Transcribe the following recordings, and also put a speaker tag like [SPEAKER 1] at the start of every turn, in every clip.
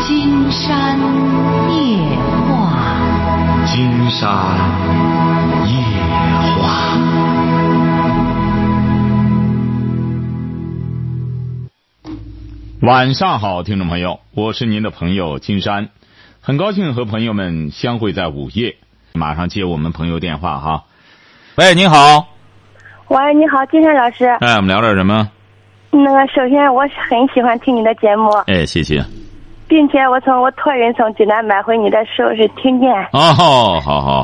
[SPEAKER 1] 金山夜话，
[SPEAKER 2] 金山夜话。晚上好，听众朋友，我是您的朋友金山，很高兴和朋友们相会在午夜。马上接我们朋友电话哈。喂，你好，
[SPEAKER 3] 喂，你好，金山老师。
[SPEAKER 2] 哎，我们聊点什么？
[SPEAKER 3] 那个，首先我是很喜欢听你的节目，
[SPEAKER 2] 哎，谢谢。
[SPEAKER 3] 并且我从我托人从济南买回你的书是听见，
[SPEAKER 2] 哦，好好好，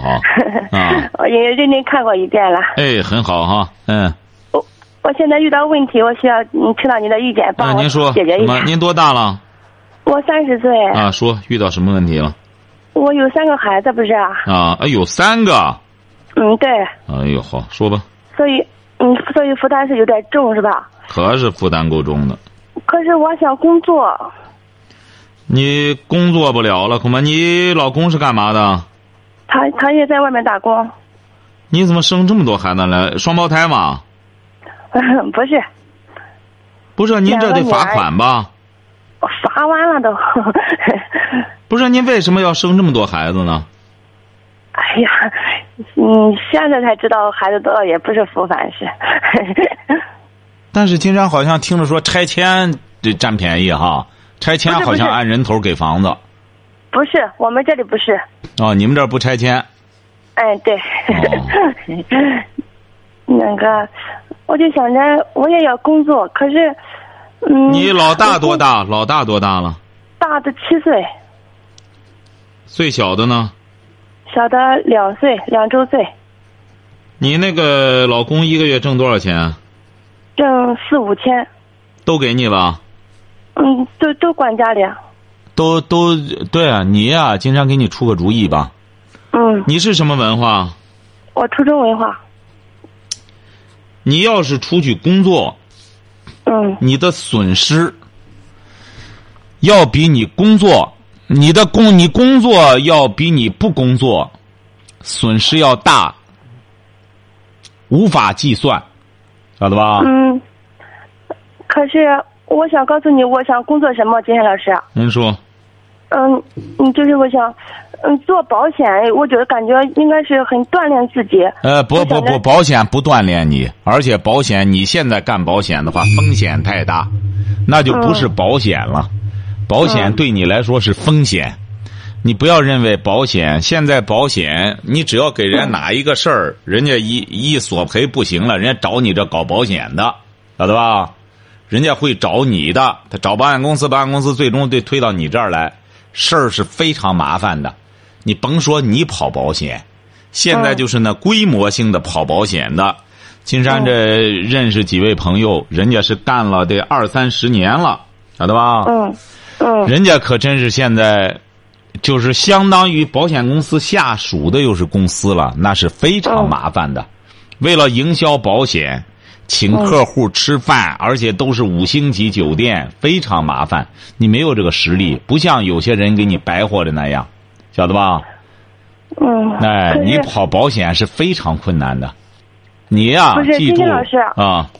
[SPEAKER 2] 啊，
[SPEAKER 3] 我也认真看过一遍了。
[SPEAKER 2] 哎，很好哈，嗯，
[SPEAKER 3] 我我现在遇到问题，我需要嗯知道您的意见，
[SPEAKER 2] 那、
[SPEAKER 3] 帮我
[SPEAKER 2] 您说
[SPEAKER 3] 解决
[SPEAKER 2] 什
[SPEAKER 3] 一
[SPEAKER 2] 么？
[SPEAKER 3] 下。
[SPEAKER 2] 您多大了？
[SPEAKER 3] 我三十岁，
[SPEAKER 2] 啊，说遇到什么问题了？
[SPEAKER 3] 我有三个孩子，不是啊？
[SPEAKER 2] 啊，哎，有三个啊，
[SPEAKER 3] 嗯，对，
[SPEAKER 2] 哎呦，好，说吧，
[SPEAKER 3] 所以嗯，所以负担是有点重，是吧？
[SPEAKER 2] 可是负担够重的。
[SPEAKER 3] 可是我想工作，
[SPEAKER 2] 你工作不了了，恐怕你老公是干嘛的？
[SPEAKER 3] 他他也在外面打工，
[SPEAKER 2] 你怎么生这么多孩子来？双胞胎嘛？
[SPEAKER 3] 不是
[SPEAKER 2] 不是，您这得
[SPEAKER 3] 两个女儿
[SPEAKER 2] 罚款吧？
[SPEAKER 3] 我罚完了都。
[SPEAKER 2] 不是，您为什么要生这么多孩子呢？
[SPEAKER 3] 哎呀，嗯，现在才知道孩子多也不是福，反是。
[SPEAKER 2] 但是金山好像听着说拆迁这占便宜哈，拆迁
[SPEAKER 3] 不是
[SPEAKER 2] 好像
[SPEAKER 3] 不是
[SPEAKER 2] 按人头给房子
[SPEAKER 3] 不是，我们这里不是。
[SPEAKER 2] 哦，你们这儿不拆迁？
[SPEAKER 3] 嗯，对。
[SPEAKER 2] 哦
[SPEAKER 3] 那个，我就想着我也要工作，可是，嗯。
[SPEAKER 2] 你老大多
[SPEAKER 3] 我工？
[SPEAKER 2] 大？老大多大了？
[SPEAKER 3] 大的七岁，
[SPEAKER 2] 最小的呢？
[SPEAKER 3] 小的两岁，两周岁，
[SPEAKER 2] 你那个老公一个月挣多少钱？
[SPEAKER 3] 挣四五千。
[SPEAKER 2] 都给你了？
[SPEAKER 3] 嗯，都都管家里。啊
[SPEAKER 2] 都都对啊，你呀、金山给你出个主意吧。
[SPEAKER 3] 嗯，
[SPEAKER 2] 你是什么文化？
[SPEAKER 3] 我初中文化。
[SPEAKER 2] 你要是出去工作，
[SPEAKER 3] 嗯，
[SPEAKER 2] 你的损失要比你工作，你的工你工作要比你不工作损失要大，无法计算，晓得吧？
[SPEAKER 3] 嗯，可是我想告诉你，我想工作什么，金山老师。啊
[SPEAKER 2] 您说，
[SPEAKER 3] 嗯，嗯，就是我想，嗯，做保险，我觉得感觉应该是很锻炼自己。
[SPEAKER 2] 呃，不
[SPEAKER 3] 我
[SPEAKER 2] 不
[SPEAKER 3] 想
[SPEAKER 2] 不，
[SPEAKER 3] 着
[SPEAKER 2] 保险不锻炼你，而且保险你现在干保险的话，
[SPEAKER 3] 嗯
[SPEAKER 2] 风险太大，那就不是保险了。
[SPEAKER 3] 嗯
[SPEAKER 2] 保险对你来说是风险，你不要认为保险现在保险，你只要给人家
[SPEAKER 3] 嗯
[SPEAKER 2] 哪一个事儿，人家一一索赔不行了，人家找你这搞保险的，晓得吧？人家会找你的，他找保险公司，保险公司最终得推到你这儿来，事儿是非常麻烦的。你甭说你跑保险，现在
[SPEAKER 3] 嗯
[SPEAKER 2] 就是那规模性的跑保险的。金山
[SPEAKER 3] 嗯
[SPEAKER 2] 这认识几位朋友，人家是干了得二三十年了，晓得吧？
[SPEAKER 3] 嗯， 嗯，
[SPEAKER 2] 人家可真是现在，就是相当于保险公司下属的又是公司了，那是非常
[SPEAKER 3] 嗯
[SPEAKER 2] 麻烦的。哦为了营销保险，请客户吃饭，而且都是五星级酒店，非常麻烦。你没有这个实力，不像有些人给你白活着那样，晓得吧？
[SPEAKER 3] 嗯。
[SPEAKER 2] 哎，
[SPEAKER 3] 可
[SPEAKER 2] 你
[SPEAKER 3] 是
[SPEAKER 2] 跑保险是非常困难的。你呀、
[SPEAKER 3] 不是
[SPEAKER 2] 记
[SPEAKER 3] 金
[SPEAKER 2] 住
[SPEAKER 3] 星老师
[SPEAKER 2] 啊，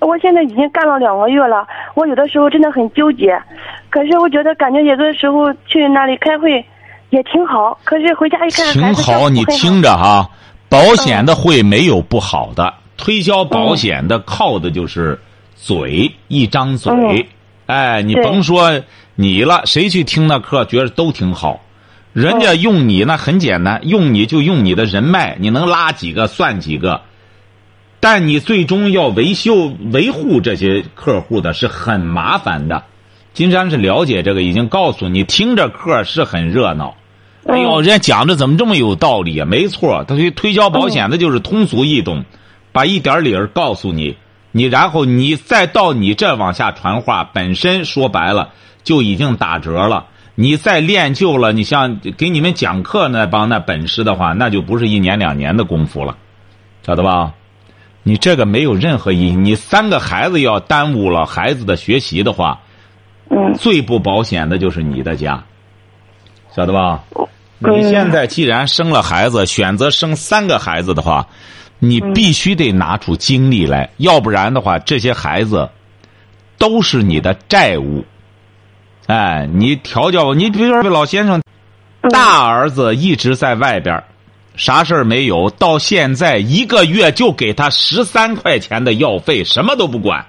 [SPEAKER 3] 我现在已经干了两个月了，我有的时候真的很纠结。可是我觉得感觉有的时候去那里开会也挺好，可是回家一看，
[SPEAKER 2] 挺
[SPEAKER 3] 孩子照顾
[SPEAKER 2] 好，你
[SPEAKER 3] 很好
[SPEAKER 2] 听。着哈、
[SPEAKER 3] 嗯
[SPEAKER 2] 保险的会没有不好的，推销保险的靠的就是嘴，一张嘴。
[SPEAKER 3] 嗯
[SPEAKER 2] 哎，你
[SPEAKER 3] 对
[SPEAKER 2] 甭说你了，谁去听那课，觉得都挺好。人
[SPEAKER 3] 嗯
[SPEAKER 2] 家用你那很简单，用你就用你的人脉，你能拉几个算几个。但你最终要维修维护这些客户的是很麻烦的。金山是了解这个，已经告诉你，听着课是很热闹。哎呦，人家讲的怎么这么有道理啊？没错，他去推销保险的就是通俗易懂，把一点理儿告诉你，你然后你再到你这往下传话，本身说白了就已经打折了。你再练就了，你像给你们讲课那帮那本事的话，那就不是一年两年的功夫了，晓得吧？你这个没有任何意义。你三个孩子要耽误了孩子的学习的话，
[SPEAKER 3] 嗯
[SPEAKER 2] 最不保险的就是你的家，晓得吧？
[SPEAKER 3] 嗯
[SPEAKER 2] 你现在既然生了孩子，选择生三个孩子的话，你必须得拿出精力来，要不然的话，这些孩子都是你的债务，哎，你调教我，你比如说老先生，
[SPEAKER 3] 嗯
[SPEAKER 2] 大儿子一直在外边儿，啥事儿没有，到现在一个月就给他十三块钱的药费，什么都不管。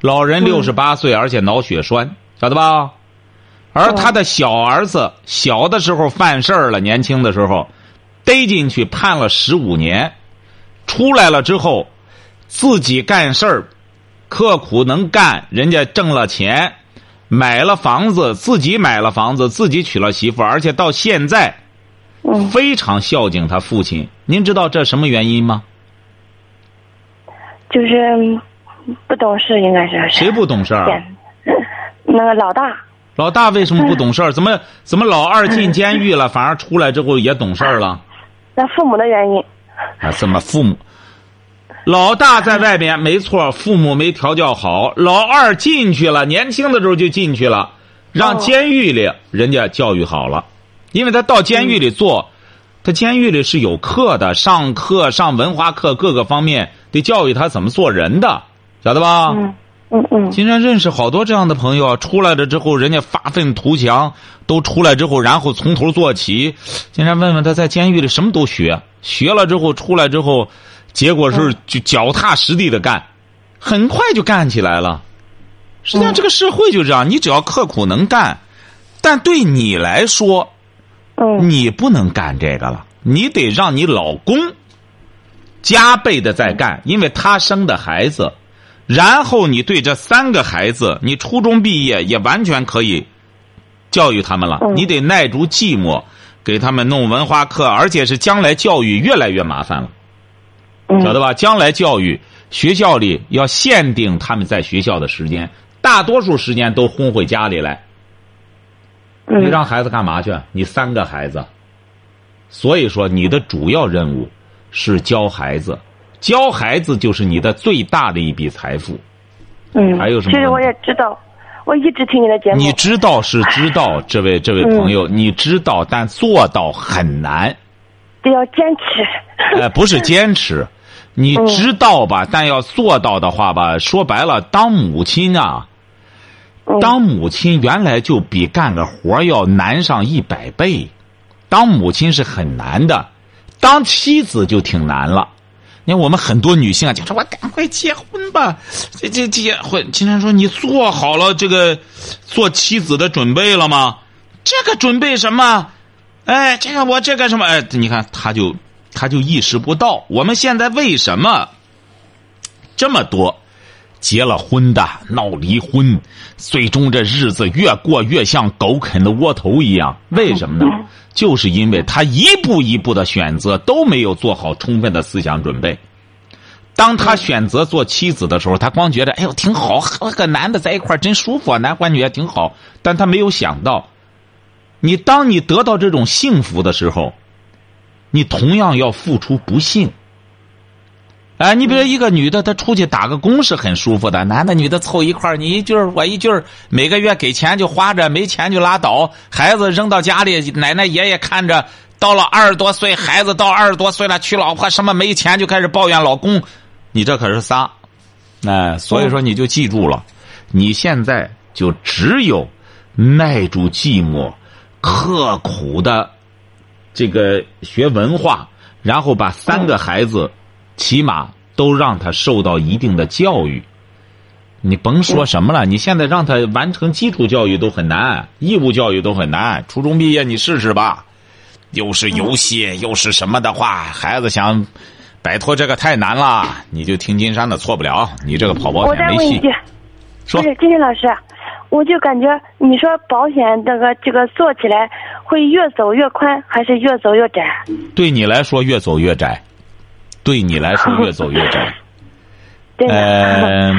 [SPEAKER 2] 老人六十八岁，而且脑血栓，晓得吧？而他的小儿子小的时候犯事儿了，年轻的时候逮进去判了十五年，出来了之后自己干事儿，刻苦能干，人家挣了钱，买了房子，自己买了房子，自己娶了媳妇，而且到现在
[SPEAKER 3] 嗯，
[SPEAKER 2] 非常孝敬他父亲。您知道这什么原因吗？
[SPEAKER 3] 就是嗯不懂事，应该是
[SPEAKER 2] 谁不懂事儿啊？
[SPEAKER 3] 点 那个老大，
[SPEAKER 2] 老大为什么不懂事儿？怎么怎么老二进监狱了，反而出来之后也懂事儿了？
[SPEAKER 3] 那父母的原因，
[SPEAKER 2] 啊，这么父母，老大在外边没错，父母没调教好，老二进去了，年轻的时候就进去了，让
[SPEAKER 3] 哦
[SPEAKER 2] 监狱里人家教育好了，因为他到监狱里
[SPEAKER 3] 嗯
[SPEAKER 2] 做，他监狱里是有课的，上课上文化课，各个方面得教育他怎么做人的，晓得吧？
[SPEAKER 3] 嗯嗯嗯，
[SPEAKER 2] 经常认识好多这样的朋友啊，出来了之后，人家发愤图强，都出来之后，然后从头做起。经常问问他在监狱里什么都学，学了之后出来之后，结果是
[SPEAKER 3] 嗯
[SPEAKER 2] 就脚踏实地的干，很快就干起来了。实际上，
[SPEAKER 3] 嗯
[SPEAKER 2] 这个社会就这样，你只要刻苦能干，但对你来说，
[SPEAKER 3] 嗯
[SPEAKER 2] 你不能干这个了，你得让你老公加倍的再
[SPEAKER 3] 嗯
[SPEAKER 2] 干，因为他生的孩子，然后你对这三个孩子，你初中毕业也完全可以教育他们了，
[SPEAKER 3] 嗯
[SPEAKER 2] 你得耐住寂寞，给他们弄文化课，而且是将来教育越来越麻烦了，
[SPEAKER 3] 嗯，
[SPEAKER 2] 晓得吧？将来教育学校里要限定他们在学校的时间，大多数时间都轰回家里来。
[SPEAKER 3] 嗯，
[SPEAKER 2] 你让孩子干嘛去？你三个孩子，所以说你的主要任务是教孩子，教孩子就是你的最大的一笔财富。
[SPEAKER 3] 嗯，
[SPEAKER 2] 还有什么
[SPEAKER 3] 其实
[SPEAKER 2] 问
[SPEAKER 3] 我
[SPEAKER 2] 题
[SPEAKER 3] 也知道，我一直听你的节目，
[SPEAKER 2] 你知道是知道，这位这位朋友，你知道，但做到很难。
[SPEAKER 3] 得要坚持。
[SPEAKER 2] 呃，不是坚持，你知道吧？但要做到的话吧，说白了，当母亲啊，
[SPEAKER 3] 嗯
[SPEAKER 2] 当母亲原来就比干个活儿要难上一百倍，当母亲是很难的，当妻子就挺难了。你看，我们很多女性啊，就说：“我赶快结婚吧，这这结婚。”经常说：“你做好了这个做妻子的准备了吗？”这个准备什么？哎，这个我这个什么？哎，你看他就他就意识不到，我们现在为什么这么多结了婚的闹离婚，最终这日子越过越像狗啃的窝头一样？为什么呢？就是因为他一步一步的选择都没有做好充分的思想准备。当他选择做妻子的时候，他光觉得哎呦挺好，和个男的在一块儿真舒服啊，男欢女爱挺好。但他没有想到，你当你得到这种幸福的时候，你同样要付出不幸。哎，你比如一个女的，她出去打个工是很舒服的，男的女的凑一块儿，你一句儿我一句儿，每个月给钱就花着，没钱就拉倒，孩子扔到家里，奶奶爷爷看着。到了二十多岁，孩子到二十多岁了，娶老婆什么没钱就开始抱怨老公，你这可是仨，哎，所以说你就记住了，你现在就只有耐住寂寞，刻苦的这个学文化，然后把三个孩子起码都让他受到一定的教育。你甭说什么了，你现在让他完成基础教育都很难，义务教育都很难。初中毕业你试试吧，又是游戏又是什么的话，孩子想摆脱这个太难了，你就听金山的，错不了。你这个跑保
[SPEAKER 3] 我
[SPEAKER 2] 险
[SPEAKER 3] 再
[SPEAKER 2] 哦没
[SPEAKER 3] 问一
[SPEAKER 2] 戏
[SPEAKER 3] 句。，
[SPEAKER 2] 说
[SPEAKER 3] 不是金星老师，我就感觉你说保险这个这个做起来会越走越宽，还是越走越窄？
[SPEAKER 2] 对你来说越走越窄，对你来说越走越窄。
[SPEAKER 3] 对的，
[SPEAKER 2] 呃，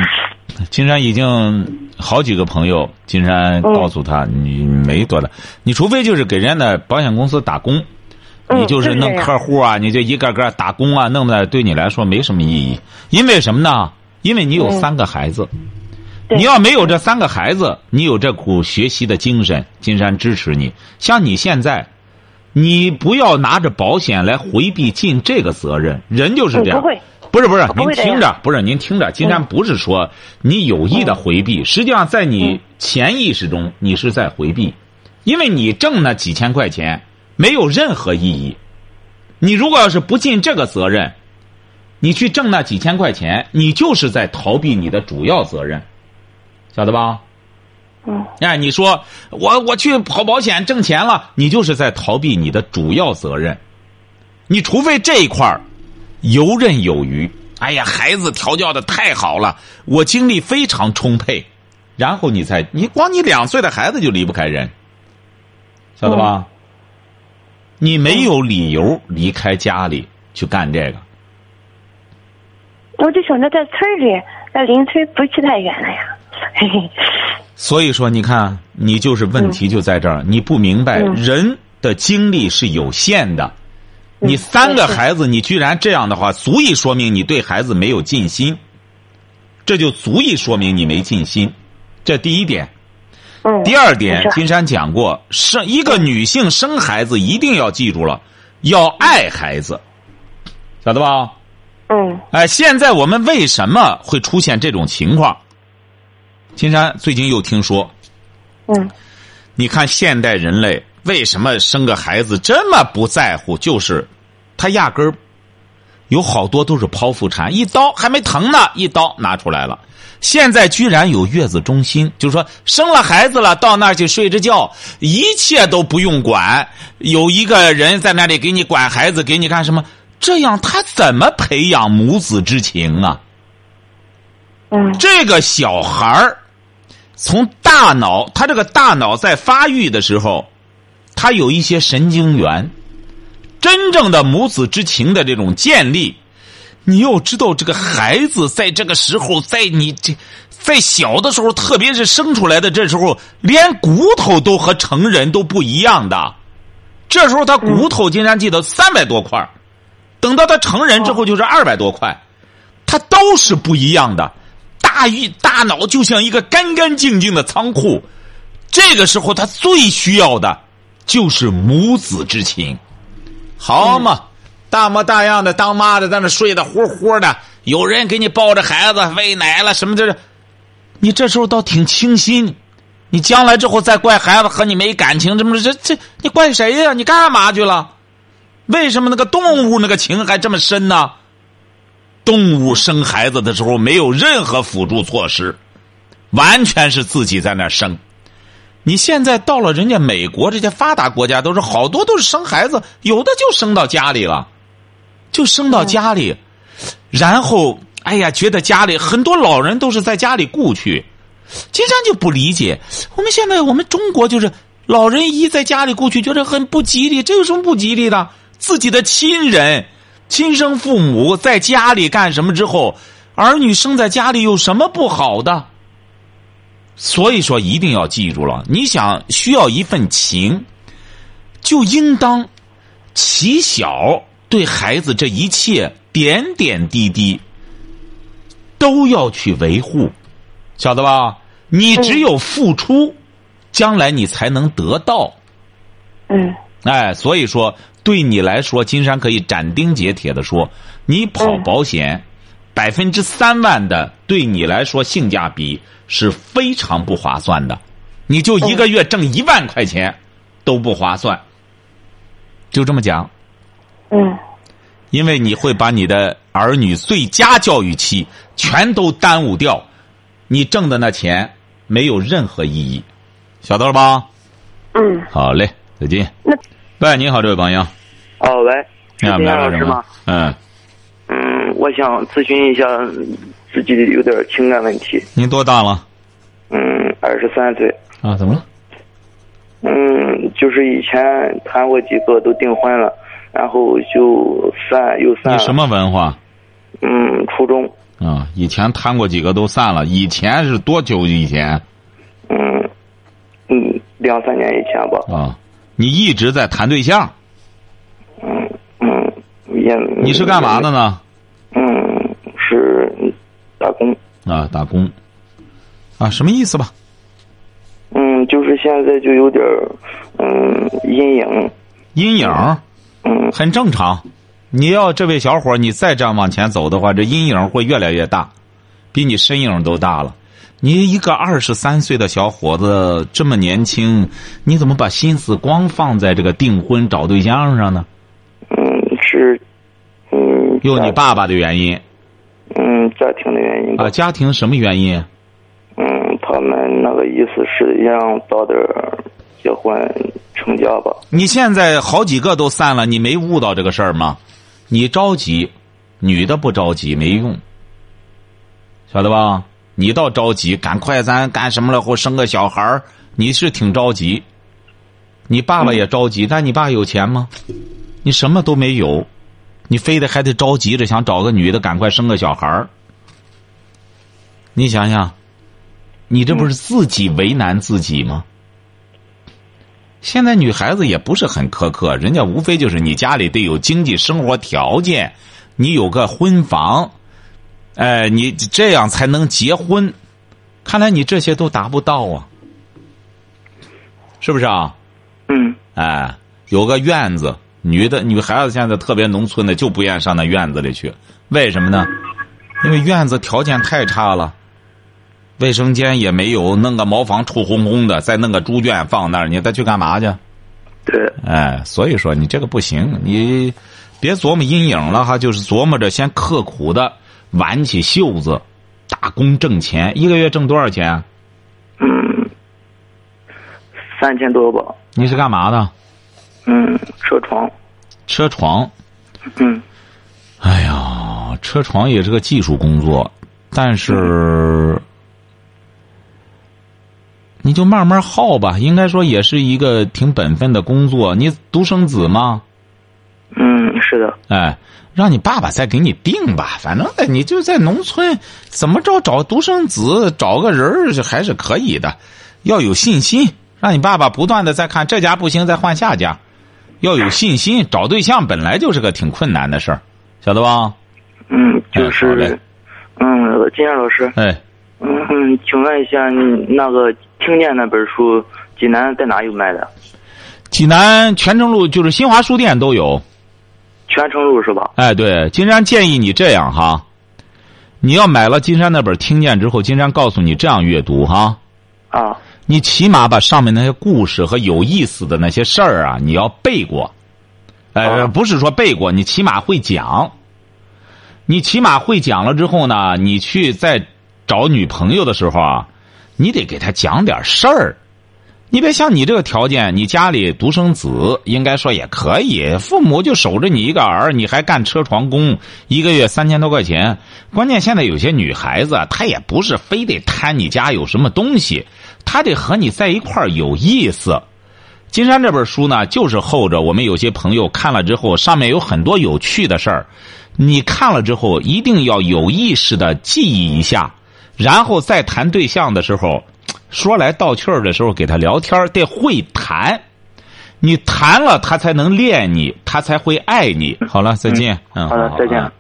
[SPEAKER 2] 金山已经好几个朋友，金山告诉他、你没多大，你除非就是给人家的保险公司打工，
[SPEAKER 3] 嗯
[SPEAKER 2] 你就是
[SPEAKER 3] 就是这
[SPEAKER 2] 弄
[SPEAKER 3] 样
[SPEAKER 2] 客户啊，你就一个个打工啊，弄的对你来说没什么意义，因为什么呢？因为你有
[SPEAKER 3] 嗯
[SPEAKER 2] 三个孩子，
[SPEAKER 3] 对
[SPEAKER 2] 你要没有这三个孩子，你有这股学习的精神，金山支持你。像你现在，你不要拿着保险来回避尽这个责任，人就是这样。
[SPEAKER 3] 嗯不会，
[SPEAKER 2] 不是不是
[SPEAKER 3] 我，不
[SPEAKER 2] 您
[SPEAKER 3] 会这
[SPEAKER 2] 听
[SPEAKER 3] 样嗯
[SPEAKER 2] 着，不是您听着，金山不是说你有意的回避，实际上在
[SPEAKER 3] 嗯
[SPEAKER 2] 你潜意识中你是在回避，因为你挣那几千块钱没有任何意义。你如果要是不尽这个责任，你去挣那几千块钱，你就是在逃避你的主要责任，晓得吧？
[SPEAKER 3] 嗯，
[SPEAKER 2] 哎，你说我我去跑保险挣钱了，你就是在逃避你的主要责任。你除非这一块儿游刃有余。哎呀，孩子调教的太好了，我精力非常充沛，然后你才你光你两岁的孩子就离不开人，晓得吧？你没有理由离开家里去干这个。
[SPEAKER 3] 我就想着在村儿里，在邻村儿不去太远了呀。嘿嘿，
[SPEAKER 2] 所以说，你看，你就是问题就在这儿，你不明白
[SPEAKER 3] 嗯
[SPEAKER 2] 人的精力是有限的。
[SPEAKER 3] 嗯
[SPEAKER 2] 你三个
[SPEAKER 3] 是
[SPEAKER 2] 孩子，你居然这样的话，足以说明你对孩子没有尽心，这就足以说明你没尽心。这第一点，
[SPEAKER 3] 嗯。
[SPEAKER 2] 第二点
[SPEAKER 3] 没，事
[SPEAKER 2] 金山讲过，生一个女性生孩子一定要记住了，要爱孩子，晓得吧？
[SPEAKER 3] 嗯
[SPEAKER 2] 哎，现在我们为什么会出现这种情况？金山最近又听说，
[SPEAKER 3] 嗯
[SPEAKER 2] 你看现代人类为什么生个孩子这么不在乎？就是他压根儿有好多都是剖腹产，一刀还没疼呢，一刀拿出来了。现在居然有月子中心，就是说生了孩子了，到那儿去睡着觉，一切都不用管，有一个人在那里给你管孩子，给你干什么？这样他怎么培养母子之情啊？
[SPEAKER 3] 嗯
[SPEAKER 2] 这个小孩儿从大脑，他这个大脑在发育的时候，他有一些神经元。真正的母子之情的这种建立，你要知道，这个孩子在这个时候，在你这在小的时候，特别是生出来的这时候，连骨头都和成人都不一样的。这时候他骨头竟然记得三百多块儿等到他成人之后就是二百多块。它都是不一样的。大一大脑就像一个干干净净的仓库，这个时候他最需要的就是母子之情。好嘛，大模大样的当妈的在那睡得呼呼的，有人给你抱着孩子喂奶了什么这，你这时候倒挺清新。你将来之后再怪孩子和你没感情，这么这这你怪谁呀、你干嘛去了？为什么那个动物那个情还这么深呢？动物生孩子的时候没有任何辅助措施，完全是自己在那儿生。你现在到了人家美国这些发达国家，都是好多都是生孩子，有的就生到家里了，就生到家里，然后哎呀，觉得家里很多老人都是在家里故去，金山就不理解，我们现在我们中国就是老人一在家里故去，觉得很不吉利，这有什么不吉利的？自己的亲人、亲生父母在家里干什么之后，儿女生在家里有什么不好的？所以说，一定要记住了，你想需要一份情，就应当起小对孩子这一切点点滴滴都要去维护，晓得吧？你只有付出，将来你才能得到。
[SPEAKER 3] 嗯
[SPEAKER 2] 哎，所以说对你来说，金山可以斩钉截铁的说，你跑
[SPEAKER 3] 嗯
[SPEAKER 2] 保险，百分之三万的对你来说性价比是非常不划算的，你就一个月
[SPEAKER 3] 哦
[SPEAKER 2] 挣一万块钱都不划算，就这么讲，
[SPEAKER 3] 嗯
[SPEAKER 2] 因为你会把你的儿女最佳教育期全都耽误掉，你挣的那钱没有任何意义，晓得了吧？
[SPEAKER 3] 嗯，
[SPEAKER 2] 好嘞，再见。
[SPEAKER 3] 那
[SPEAKER 2] 喂，你好，这位朋友。
[SPEAKER 4] 哦，喂，
[SPEAKER 2] 啊
[SPEAKER 4] 是
[SPEAKER 2] 你好，
[SPEAKER 4] 金
[SPEAKER 2] 来
[SPEAKER 4] 阳老
[SPEAKER 2] 了
[SPEAKER 4] 师
[SPEAKER 2] 什么
[SPEAKER 4] 吗？？
[SPEAKER 2] 嗯，
[SPEAKER 4] 嗯，我想咨询一下自己有点情感问题。
[SPEAKER 2] 您多大了？
[SPEAKER 4] 嗯，二十三岁。
[SPEAKER 2] 啊，怎么了？
[SPEAKER 4] 嗯，就是以前谈过几个都订婚了，然后就散又散
[SPEAKER 2] 你
[SPEAKER 4] 了。
[SPEAKER 2] 什？么文化？
[SPEAKER 4] 嗯，初中。
[SPEAKER 2] 啊，以前谈过几个都散了。以前是多久以前
[SPEAKER 4] 嗯嗯，两三年以前吧。
[SPEAKER 2] 啊？你一直在谈对象，
[SPEAKER 4] 嗯嗯，也。
[SPEAKER 2] 你是干嘛的？呢？
[SPEAKER 4] 嗯，是打工。
[SPEAKER 2] 啊，打工。啊，什么意思吧？
[SPEAKER 4] 嗯，就是现在就有点儿嗯阴影。
[SPEAKER 2] 阴影儿
[SPEAKER 4] 嗯
[SPEAKER 2] 很正常，你要这位小伙儿，你再这样往前走的话，这阴影会越来越大，比你身影都大了。你一个二十三岁的小伙子这么年轻，你怎么把心思光放在这个订婚找对象上呢？
[SPEAKER 4] 嗯，是，嗯，
[SPEAKER 2] 有你
[SPEAKER 4] 家，
[SPEAKER 2] 爸爸的原因
[SPEAKER 4] 嗯，家庭的原因吧
[SPEAKER 2] 啊，家庭什么原因？
[SPEAKER 4] 嗯，他们那个意思是让早点儿结婚成家吧。
[SPEAKER 2] 你现在好几个都散了，你没悟到这个事儿吗？你着急，女的不着急没用，晓得吧？你倒着急，赶快咱干什么了？后生个小孩儿，你是挺着急。你爸爸也着急，但你爸有钱吗？你什么都没有，你非得还得着急着想找个女的，赶快生个小孩儿。你想想，你这不是自己为难自己吗？现在女孩子也不是很苛刻，人家无非就是你家里得有经济生活条件，你有个婚房，哎、你这样才能结婚。看来你这些都达不到啊，是不是啊？
[SPEAKER 4] 嗯
[SPEAKER 2] 哎，有个院子，女的女孩子现在特别农村的就不愿意上那院子里去，为什么呢？因为院子条件太差了，卫生间也没有，弄个茅房臭烘烘的，再弄个猪圈放那儿，你再去干嘛去？，
[SPEAKER 4] 对，
[SPEAKER 2] 哎，所以说你这个不行，你别琢磨阴影了哈，就是琢磨着先刻苦的挽起袖子，打工挣钱，一个月挣多少钱？啊
[SPEAKER 4] 嗯，三千多吧。
[SPEAKER 2] 你是干嘛的？
[SPEAKER 4] 嗯，车床。
[SPEAKER 2] 车床。
[SPEAKER 4] 嗯
[SPEAKER 2] 哎呀，车床也是个技术工作，但是你就慢慢耗吧。应该说也是一个挺本分的工作。你独生子吗？
[SPEAKER 4] 嗯，是的。
[SPEAKER 2] 哎，让你爸爸再给你定吧。反正在你就在农村，怎么着找独生子，找个人儿还是可以的。要有信心，让你爸爸不断的再看这家不行，再换下家。要有信心，找对象本来就是个挺困难的事儿，晓得吧？
[SPEAKER 4] 嗯，
[SPEAKER 2] 哎
[SPEAKER 4] 就
[SPEAKER 2] 好嘞
[SPEAKER 4] 是，嗯，金燕老师，
[SPEAKER 2] 哎。
[SPEAKER 4] 嗯嗯，请问一下，你那个《听见》那本书，济南在哪有卖的？
[SPEAKER 2] 济南泉城路就是新华书店都有。
[SPEAKER 4] 泉城路是吧？
[SPEAKER 2] 哎，对，金山建议你这样哈，你要买了金山那本《听见》之后，金山告诉你这样阅读哈，
[SPEAKER 4] 啊，
[SPEAKER 2] 你起码把上面那些故事和有意思的那些事儿啊，你要背过。呃，
[SPEAKER 4] 啊
[SPEAKER 2] 不是说背过，你起码会讲。你起码会讲了之后呢，你去再找女朋友的时候啊，你得给她讲点事儿。你别像你这个条件，你家里独生子，应该说也可以，父母就守着你一个儿，你还干车床工，一个月三千多块钱。关键现在有些女孩子，啊她也不是非得贪你家有什么东西，她得和你在一块儿有意思。金山这本书呢，就是后着我们有些朋友看了之后，上面有很多有趣的事儿，你看了之后一定要有意识的记忆一下，然后再谈对象的时候，说来道去儿的时候给他聊天儿得会谈，你谈了他才能恋你，他才会爱你。好了，再见。嗯，
[SPEAKER 4] 好的，再见。啊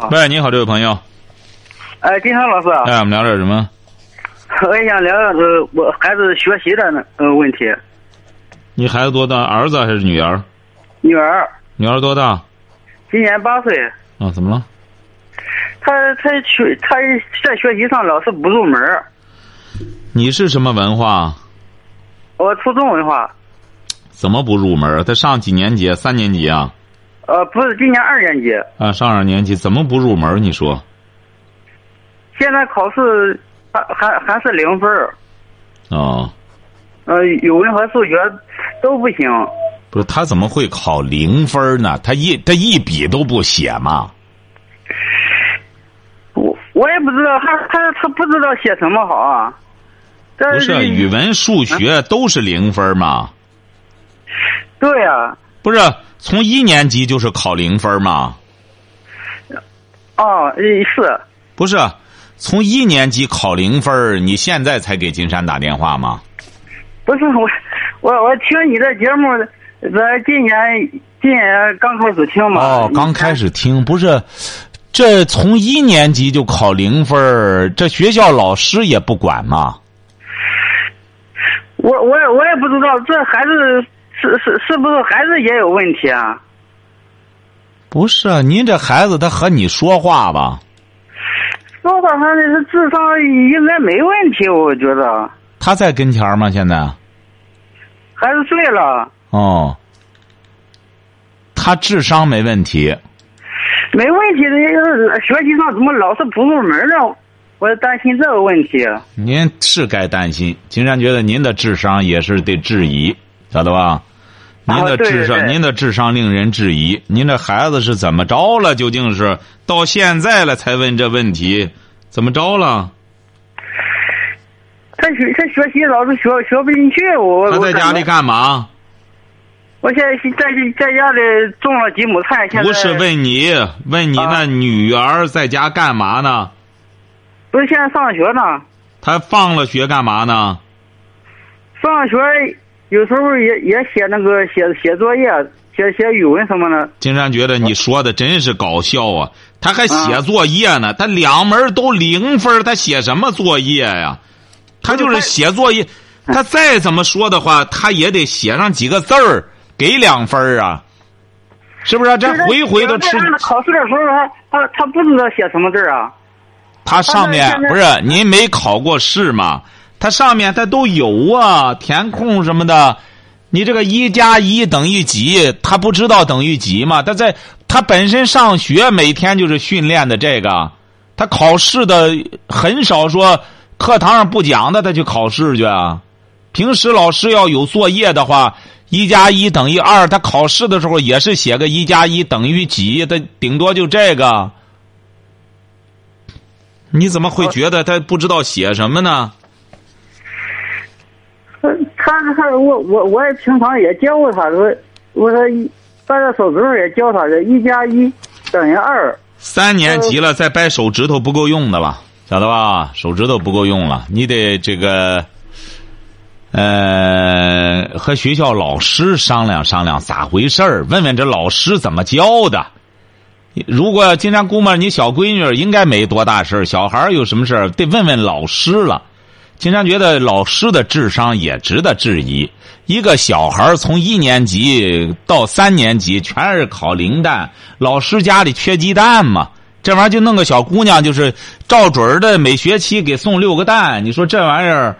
[SPEAKER 2] 啊喂，你好，这位朋友，
[SPEAKER 5] 哎，金山老师啊，
[SPEAKER 2] 哎，我们聊点什么？
[SPEAKER 5] 我也想聊呃，我孩子学习的呢呃问题。
[SPEAKER 2] 你孩子多大？儿子还是女儿？
[SPEAKER 5] 女儿
[SPEAKER 2] 女儿多大？
[SPEAKER 5] 今年八岁，
[SPEAKER 2] 啊，怎么了？
[SPEAKER 5] 她她学她在学习上老是不入门儿。
[SPEAKER 2] 你是什么文化？
[SPEAKER 5] 我初中文化，
[SPEAKER 2] 怎么不入门儿？他上几年级啊？三年级啊？
[SPEAKER 5] 呃，不是今年二年级，
[SPEAKER 2] 啊，上二年级怎么不入门儿？你说
[SPEAKER 5] 现在考试还还还是零分儿，
[SPEAKER 2] 哦，
[SPEAKER 5] 呃，语文和数学都不行。
[SPEAKER 2] 不是他怎么会考零分儿呢？他一他一笔都不写嘛？
[SPEAKER 5] 我我也不知道，她她她不知道写什么好啊。这
[SPEAKER 2] 不是啊语文、数学都是零分儿嘛？
[SPEAKER 5] 对呀、
[SPEAKER 2] 不是从一年级就是考零分儿嘛？
[SPEAKER 5] 哦，呃是
[SPEAKER 2] 不是从一年级考零分儿，你现在才给金山打电话吗？
[SPEAKER 5] 不是我，我我听你的节目，咱今年今年刚开始听嘛。
[SPEAKER 2] 哦，刚开始听不是，这从一年级就考零分儿，这学校老师也不管嘛？
[SPEAKER 5] 我我也我也不知道这孩子是是是不是孩子也有问题啊？
[SPEAKER 2] 不是，您这孩子他和你说话吧？
[SPEAKER 5] 说吧，他这是智商应该没问题，我觉得
[SPEAKER 2] 他在跟前儿吗？现在？
[SPEAKER 5] 孩子睡了，
[SPEAKER 2] 哦，他智商没问题。
[SPEAKER 5] 没问题的。这学习上怎么老是不入门呢？我担心这个问题。
[SPEAKER 2] 您是该担心，金山觉得您的智商也是得质疑，晓得吧？您的
[SPEAKER 5] 啊对
[SPEAKER 2] 智商，
[SPEAKER 5] 对对
[SPEAKER 2] 您的智商令人质疑。您这孩子是怎么着了？究竟是到现在了才问这问题，怎么着了？
[SPEAKER 5] 他学他学习老是学学不进去，我
[SPEAKER 2] 他
[SPEAKER 5] 我
[SPEAKER 2] 在
[SPEAKER 5] 感
[SPEAKER 2] 家
[SPEAKER 5] 觉
[SPEAKER 2] 里干嘛？
[SPEAKER 5] 我现在在在家里种了几亩菜，现在
[SPEAKER 2] 不是问你，问你
[SPEAKER 5] 啊
[SPEAKER 2] 那女儿在家干嘛呢？
[SPEAKER 5] 不是现在上学呢，
[SPEAKER 2] 她放了学干嘛呢？
[SPEAKER 5] 上学有时候也也写那个写写作业，写写语文什么的。
[SPEAKER 2] 金山觉得你说的真是搞笑啊！他还写作业呢，他两门儿都零分儿，他写什么作业呀、他就是写作业，他再怎么说的话，他也得写上几个字儿，给两分儿啊，是不是、这
[SPEAKER 5] 就是
[SPEAKER 2] 回回都吃
[SPEAKER 5] 有时候他考试的时候他他他不知道写什么字儿啊。
[SPEAKER 2] 他上面
[SPEAKER 5] 他们
[SPEAKER 2] 不
[SPEAKER 5] 现
[SPEAKER 2] 是
[SPEAKER 5] 在
[SPEAKER 2] 您没考过试吗？他上面他都有啊，填空什么的。你这个一加一等于几？他不知道等于几吗？他在他本身上学每天就是训练的这个，他考试的很少说课堂上不讲的，他去考试去啊。平时老师要有作业的话，一加一等于二，他考试的时候也是写个一加一等于几，他顶多就这个。你怎么会觉得他不知道写什么呢？
[SPEAKER 5] 他他他我我我也平常也教过他说，我说一掰着手指头也教他的，一加一等于二。
[SPEAKER 2] 三年级了，再掰手指头不够用的了，晓得吧？手指头不够用了，你得这个，呃，和学校老师商量商量咋回事儿，问问这老师怎么教的。如果金山估摸你小闺女儿应该没多大事儿，小孩儿有什么事儿得问问老师了。金山觉得老师的智商也值得质疑。一个小孩儿从一年级到三年级全是考零蛋，老师家里缺鸡蛋嘛，这玩意儿就弄个小姑娘，就是照准儿的每学期给送六个蛋。你说这玩意儿，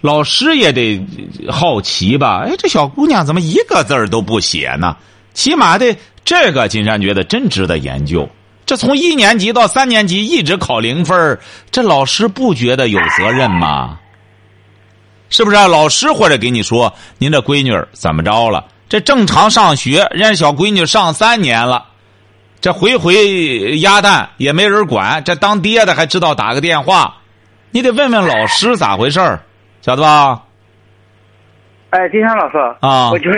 [SPEAKER 2] 老师也得好奇吧？哎，这小姑娘怎么一个字儿都不写呢？起码得这个，金山觉得真值得研究。这从一年级到三年级一直考零分儿这老师不觉得有责任吗？是不是、啊？老师或者给你说，您这闺女儿怎么着了？这正常上学，人家小闺女上三年了，这回回鸭蛋也没人管，这当爹的还知道打个电话，你得问问老师咋回事儿，晓得吧？
[SPEAKER 5] 哎，金山老师
[SPEAKER 2] 啊
[SPEAKER 5] 我觉得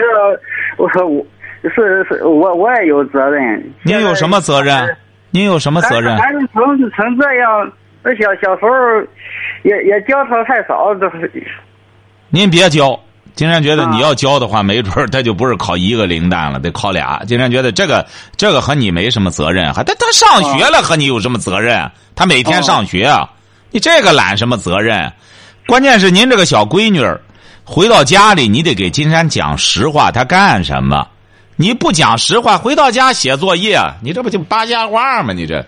[SPEAKER 5] 我我是是我我也有责任。
[SPEAKER 2] 您有什么责任？您有什么责任？
[SPEAKER 5] 孩子成成这样，那小小时候也也教他太少，这是
[SPEAKER 2] 您别教。金山觉得
[SPEAKER 5] 啊
[SPEAKER 2] 你要教的话，没准儿他就不是考一个零蛋了，得考俩。金山觉得这个这个和你没什么责任，啊还他他上学了和你有什么责任？啊他每天上学啊，你这个揽什么责任？关键是您这个小闺女儿回到家里，你得给金山讲实话，她干什么？你不讲实话，回到家写作业，你这不就扒瞎话吗？你这，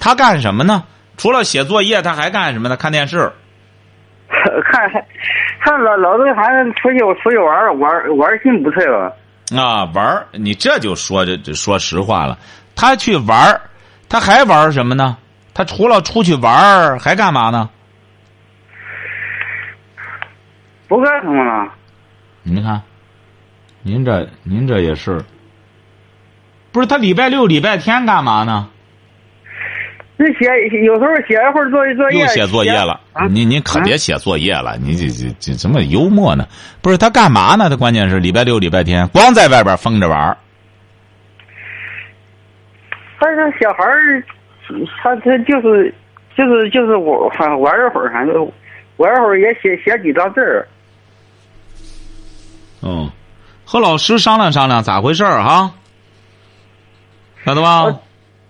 [SPEAKER 2] 她干什么呢？除了写作业，她还干什么呢？看电视。
[SPEAKER 5] 看看老老对孩子出去出去玩儿玩儿玩儿心不退了。
[SPEAKER 2] 啊，玩儿，你这就说这这说实话了。他去玩儿，他还玩儿什么呢？他除了出去玩儿，还干嘛呢？
[SPEAKER 5] 不干什么了？
[SPEAKER 2] 您看，您这您这也是，不是他礼拜六、礼拜天干嘛呢？
[SPEAKER 5] 那写有时候写一会儿作业作业，
[SPEAKER 2] 又写作业了
[SPEAKER 5] 啊，
[SPEAKER 2] 您您可
[SPEAKER 5] 啊
[SPEAKER 2] 别写作业了，你这这这怎么幽默呢？不是他干嘛呢？他关键是礼拜六、礼拜天光在外边疯着玩儿。
[SPEAKER 5] 但是小孩儿，他他就是就是就是我反正玩一会儿，反正玩一会儿也写写几张字儿。
[SPEAKER 2] 嗯，和老师商量商量咋回事儿哈？晓得吧？啊
[SPEAKER 5] 哦、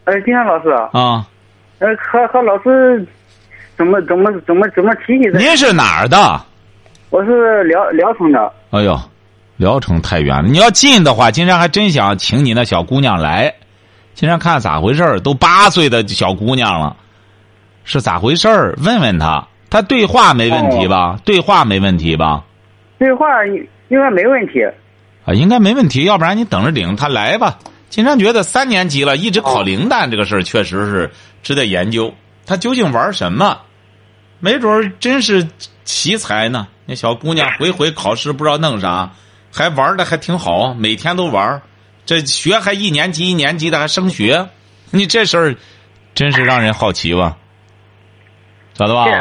[SPEAKER 5] 呃，金山老师，呃，和和老师怎么怎么怎么怎么提起的？
[SPEAKER 2] 您是哪儿的？
[SPEAKER 5] 我是聊聊城的，
[SPEAKER 2] 哎呦，聊城太远了。你要近的话，金山还真想请你那小姑娘来，金山看咋回事儿。都八岁的小姑娘了，是咋回事儿？问问她，她对话没问题吧？对话没问题吧？
[SPEAKER 5] 对话应该没问题。
[SPEAKER 2] 啊，应该没问题，要不然你等着领她来吧。金山觉得三年级了，一直考零蛋这个事儿确实是值得研究。她究竟玩什么？没准儿真是奇才呢。那小姑娘回回考试不知道弄啥，还玩的还挺好，每天都玩儿。这学还一年级一年级的还升学，你这事儿真是让人好奇吧？咋的吧？
[SPEAKER 5] 这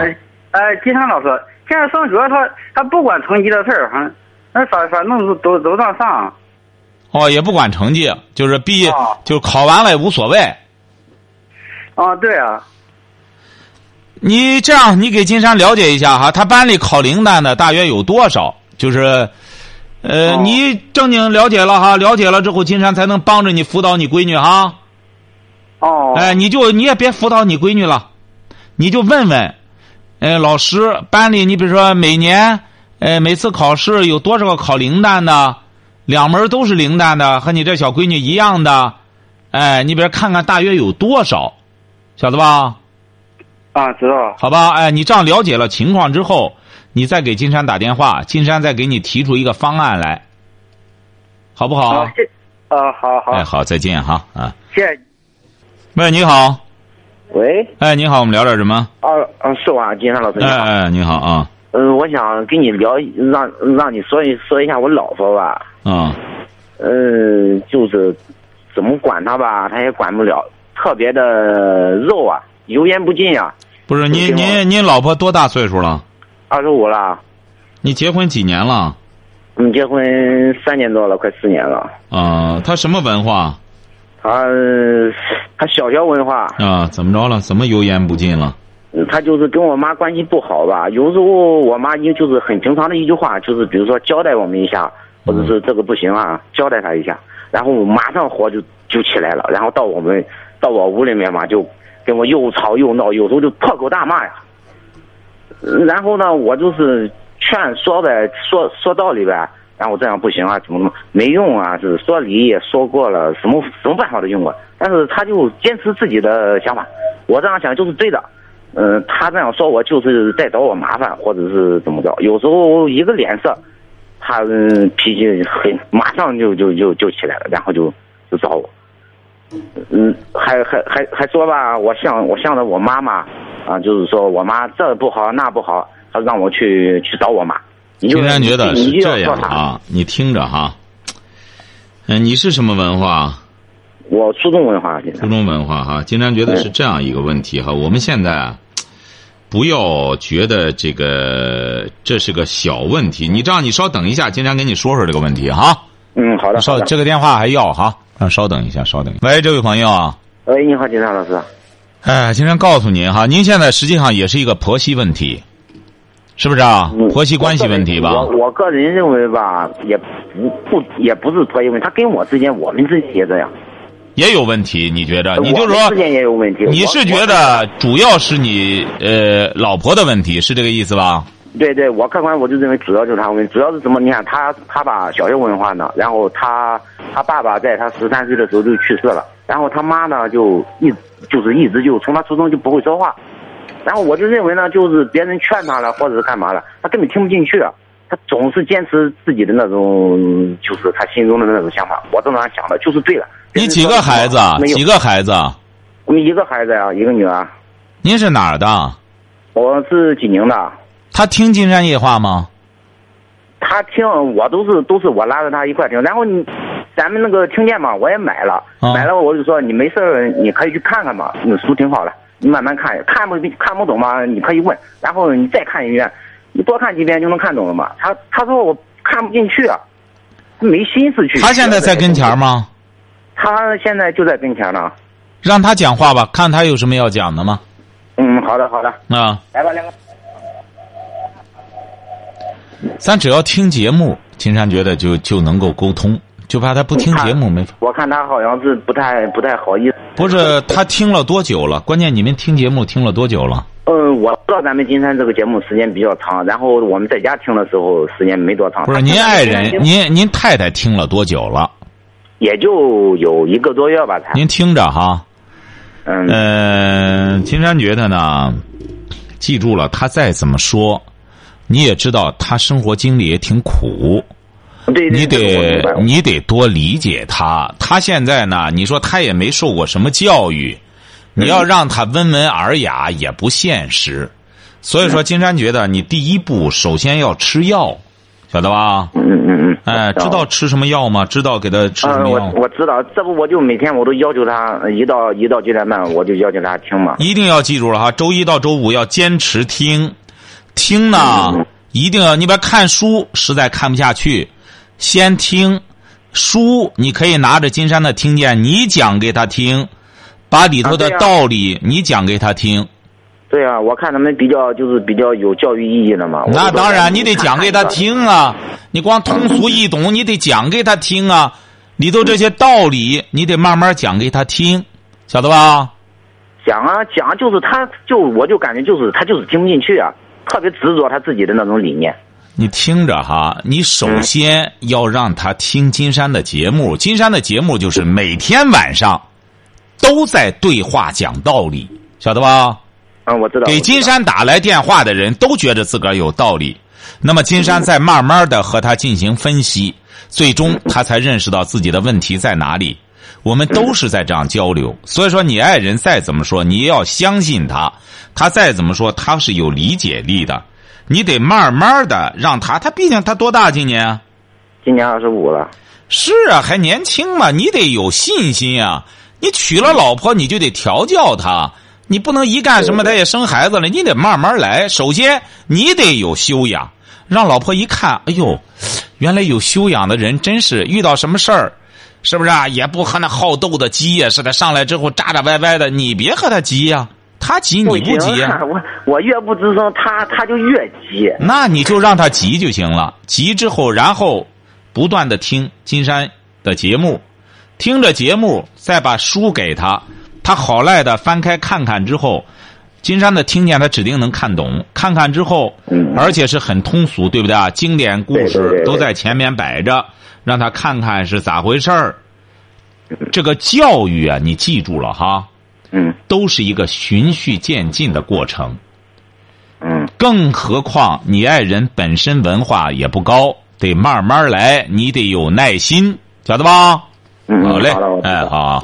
[SPEAKER 5] 呃，金山老师，现在上学他他不管成绩的事儿，反那反反正都都让上。
[SPEAKER 2] 哦，也不管成绩，就是毕业
[SPEAKER 5] 哦
[SPEAKER 2] 就考完了也无所谓。
[SPEAKER 5] 啊，对啊，
[SPEAKER 2] 你这样，你给金山了解一下哈，他班里考零蛋的大约有多少？就是，呃，
[SPEAKER 5] 哦
[SPEAKER 2] 你正经了解了哈，了解了之后，金山才能帮着你辅导你闺女哈。
[SPEAKER 5] 哦，
[SPEAKER 2] 哎，你就你也别辅导你闺女了，你就问问，呃，老师班里，你比如说每年，呃，每次考试有多少个考零蛋的，两门都是零蛋的，和你这小闺女一样的，哎，你比如看看大约有多少，晓得吧？
[SPEAKER 5] 啊，知道了。
[SPEAKER 2] 好吧，哎，你这样了解了情况之后，你再给金山打电话，金山再给你提出一个方案来，好不好？
[SPEAKER 5] 啊，谢，啊，好好
[SPEAKER 2] 哎，，好，再见哈啊！
[SPEAKER 5] 谢谢。
[SPEAKER 2] 喂，你好，
[SPEAKER 6] 喂，
[SPEAKER 2] 哎，你好，我们聊点什么？
[SPEAKER 6] 啊啊，是我啊，金山老师。你
[SPEAKER 2] 哎
[SPEAKER 6] 好。
[SPEAKER 2] 哎，你好啊，
[SPEAKER 6] 嗯，我想跟你聊，让让你说一说一下我老婆吧。
[SPEAKER 2] 啊，
[SPEAKER 6] 嗯，就是怎么管她吧，她也管不了，特别的肉啊，油盐不进啊。
[SPEAKER 2] 不是
[SPEAKER 6] 你
[SPEAKER 2] 您
[SPEAKER 6] 听我
[SPEAKER 2] 您您老婆多大岁数了？
[SPEAKER 6] 二十五了，
[SPEAKER 2] 你结婚几年了？
[SPEAKER 6] 我们结婚三年多了，快四年了。
[SPEAKER 2] 啊，她什么文化
[SPEAKER 6] 她她小学文化，
[SPEAKER 2] 啊？怎么着了？怎么油盐不进了？
[SPEAKER 6] 她嗯就是跟我妈关系不好吧。有时候我妈也就是很平常的一句话，就是比如说交代我们一下，或者是这个不行啊，交代她一下，然后马上火就就起来了，然后到我们到我屋里面嘛，就跟我又吵又闹，有时候就破口大骂呀。然后呢，我就是劝说呗，说说道理呗。然后这样不行啊，怎么怎么没用啊？是说离也说过了，什么什么办法都用过，啊但是他就坚持自己的想法。我这样想就是对的，嗯、他这样说我就是在找我麻烦，或者是怎么着。有时候一个脸色，他、嗯、脾气很，马上就就就就起来了，然后就就找我。嗯，还还还还说吧，我向我向着我妈妈，啊，就是说我妈这不好那不好，她让我去去找我妈。你就
[SPEAKER 2] 金山觉得是
[SPEAKER 6] 你就
[SPEAKER 2] 这
[SPEAKER 6] 要
[SPEAKER 2] 样
[SPEAKER 6] 做啥
[SPEAKER 2] 啊，你听着哈，嗯，你是什么文化？
[SPEAKER 6] 我初中文化现在
[SPEAKER 2] 初中文化哈，金山觉得是这样一个问题哈。我们现在啊，不要觉得这个这是个小问题。你这样，你稍等一下，金山跟你说说这个问题哈。
[SPEAKER 6] 嗯，好的，好
[SPEAKER 2] 稍
[SPEAKER 6] 的。
[SPEAKER 2] 这个电话还要哈，啊，稍等一下，稍等一下。喂，这位朋友啊，
[SPEAKER 6] 喂，你好，金山老师。
[SPEAKER 2] 哎，金山告诉您哈，您现在实际上也是一个婆媳问题，是不是啊
[SPEAKER 6] 嗯？
[SPEAKER 2] 婆媳关系问题吧？
[SPEAKER 6] 我我个人认为吧，也不不也不是婆媳问题，他跟我之间，我们之间也这样。
[SPEAKER 2] 也有问题，你觉着？你就
[SPEAKER 6] 我们
[SPEAKER 2] 说
[SPEAKER 6] 之间也有问题。
[SPEAKER 2] 你
[SPEAKER 6] 我
[SPEAKER 2] 是觉？得主要是你呃老婆的问题，是这个意思吧？
[SPEAKER 6] 我对对，我客观我就认为主要就是他问题，主要是什么？你看他他把小学文化呢，然后他他爸爸在他十三岁的时候就去世了，然后他妈呢就一就是一直就从他初中就不会说话，然后我就认为呢，就是别人劝他了或者是干嘛了，他根本听不进去啊。他总是坚持自己的那种，就是他心中的那种想法。我正常想的就是对了。
[SPEAKER 2] 你几个孩子？啊？
[SPEAKER 6] 没有
[SPEAKER 2] 几，个孩子？啊？
[SPEAKER 6] 我们一个孩子呀、一个女儿。
[SPEAKER 2] 您是哪儿的？啊
[SPEAKER 6] 我是济宁的，
[SPEAKER 2] 他听金山夜话吗？
[SPEAKER 6] 他听我都是都是我拉着他一块听，然后你，咱们那个听见嘛，我也买了，
[SPEAKER 2] 啊
[SPEAKER 6] 买了我就说你没事儿你可以去看看嘛，那书挺好的，你慢慢看，看不看不懂嘛，你可以问，然后你再看一遍，你多看几遍就能看懂了嘛。他他说我看不进去，啊，没心思去。
[SPEAKER 2] 他现在在跟前儿？吗？
[SPEAKER 6] 他现在就在跟前呢。
[SPEAKER 2] 让他讲话吧，看他有什么要讲的吗？
[SPEAKER 6] 嗯，好的好的，
[SPEAKER 2] 啊，
[SPEAKER 6] 来吧来吧。
[SPEAKER 2] 咱只要听节目，金山觉得就就能够沟通，就怕他不听节目没法。
[SPEAKER 6] 我看他好像是不太不太好意思。
[SPEAKER 2] 不是他听了多久了？关键你们听节目听了多久了？
[SPEAKER 6] 嗯，我知道咱们金山这个节目时间比较长，然后我们在家听的时候时间没多长，
[SPEAKER 2] 不是
[SPEAKER 6] 她
[SPEAKER 2] 您
[SPEAKER 6] 现在
[SPEAKER 2] 爱人，您您太太听了多久了？
[SPEAKER 6] 也就有一个多月吧，才
[SPEAKER 2] 您听着哈，
[SPEAKER 6] 嗯
[SPEAKER 2] 呃，金山觉得呢，记住了，他再怎么说，你也知道他生活经历也挺苦，
[SPEAKER 6] 对，对
[SPEAKER 2] 呃你
[SPEAKER 6] 这个我
[SPEAKER 2] 得
[SPEAKER 6] 明白我
[SPEAKER 2] 你得多理解他。他现在呢，你说他也没受过什么教育，
[SPEAKER 6] 嗯
[SPEAKER 2] 你要让他温文尔雅也不现实。所
[SPEAKER 6] 嗯
[SPEAKER 2] 以说，金山觉得你第一步首先要吃药，晓得吧？
[SPEAKER 6] 嗯嗯嗯嗯，
[SPEAKER 2] 哎，知道吃什么药吗？知道给他吃啊什
[SPEAKER 6] 嗯，
[SPEAKER 2] 么
[SPEAKER 6] 我
[SPEAKER 2] 药吗？
[SPEAKER 6] 我知道，这不我就每天我都要求他呃一到一到九点半我就要求他听嘛。
[SPEAKER 2] 一定要记住了哈，周一到周五要坚持听，听呢一定要你别看书，实在看不下去，先听书，你可以拿着金山的听见你讲给他听，把里头的
[SPEAKER 6] 啊对啊
[SPEAKER 2] 道理你讲给他听。
[SPEAKER 6] 对啊，我看他们比较就是比较有教育意义的嘛。我
[SPEAKER 2] 那
[SPEAKER 6] 就
[SPEAKER 2] 当
[SPEAKER 6] 说
[SPEAKER 2] 然，你得讲给他。听啊，你光通俗易懂，你得讲给他听啊，里头这些道理你得慢慢讲给他听，晓得吧？
[SPEAKER 6] 讲啊讲啊，就是他就我就感觉就是他就是听不进去啊，特别执着他自己的那种理念。
[SPEAKER 2] 你听着哈，你首先要让他听金山的节目。金山的节目就是每天晚上都在对话讲道理，晓得吧？
[SPEAKER 6] 嗯，我知道。
[SPEAKER 2] 给
[SPEAKER 6] 我知道
[SPEAKER 2] 金山打来电话的人都觉得自个儿有道理，那么金山再慢慢的和他进行分析，最终他才认识到自己的问题在哪里。我们都是在这样交流，所以说你爱人再怎么说，你也要相信他，他再怎么说他是有理解力的，你得慢慢的让他，他毕竟他多大今年啊？
[SPEAKER 6] 今年二十五了。
[SPEAKER 2] 是啊，还年轻嘛，你得有信心啊！你娶了老婆，你就得调教她，你不能一干什么她也生孩子了，你得慢慢来。首先，你得有修养，让老婆一看，哎呦，原来有修养的人真是遇到什么事儿，是不是啊？也不和那好斗的鸡呀似的，上来之后喳喳歪歪的，你别和他急呀、他急你不急呀、
[SPEAKER 6] 行啊 我我越不吱声，他他就越急。
[SPEAKER 2] 那你就让他急就行了。急之后，然后不断的听金山的节目，听着节目，再把书给他，他好赖的翻开看看之后，金山的听见他指定能看懂。看看之后，
[SPEAKER 6] 嗯
[SPEAKER 2] 而且是很通俗，对不对啊？经典故
[SPEAKER 6] 对对对
[SPEAKER 2] 事
[SPEAKER 6] 对
[SPEAKER 2] 都在前面摆着，让他看看是咋回事儿。这个教育啊，你记住了哈，
[SPEAKER 6] 嗯
[SPEAKER 2] 都是一个循序渐进的过程。
[SPEAKER 6] 嗯
[SPEAKER 2] 更何况你爱人本身文化也不高，得慢慢来，你得有耐心，晓得吧？
[SPEAKER 6] 嗯，
[SPEAKER 2] 好嘞
[SPEAKER 6] 了，我，知
[SPEAKER 2] 哎，
[SPEAKER 6] 道
[SPEAKER 2] 好啊，